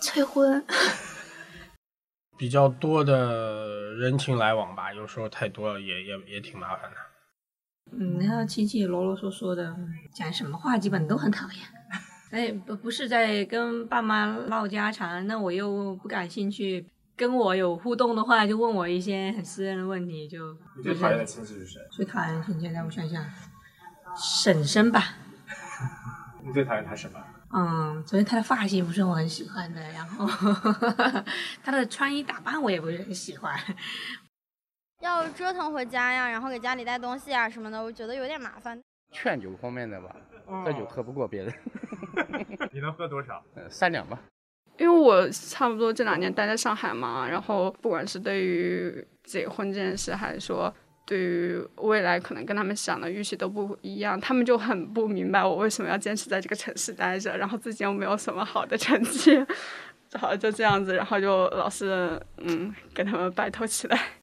催婚。比较多的人情来往吧，有时候太多了也也也挺麻烦的。嗯，然后亲戚啰啰嗦嗦的，嗯讲什么话基本都很讨厌。 哎，不不是在跟爸妈唠家常，那我又不感兴趣。跟我有互动的话，就问我一些很私人的问题，就你最讨厌的亲戚是谁？最讨厌的亲戚，让我想想，婶婶吧。你最讨厌他什么？嗯，首先她的发型不是我很喜欢的，然后 她的穿衣打扮我也不是很喜欢。要折腾回家呀，然后给家里带东西啊什么的，我觉得有点麻烦。劝酒方面的吧，这酒喝不过别人，嗯 你能喝多少？呃三两吧。因为我差不多这两年待在上海嘛，然后不管是对于结婚这件事，还是说对于未来可能跟他们想的预期都不一样，他们就很不明白我为什么要坚持在这个城市待着，然后自己又没有什么好的成 绩，好就这样子，然后就老是嗯给他们拜托起来。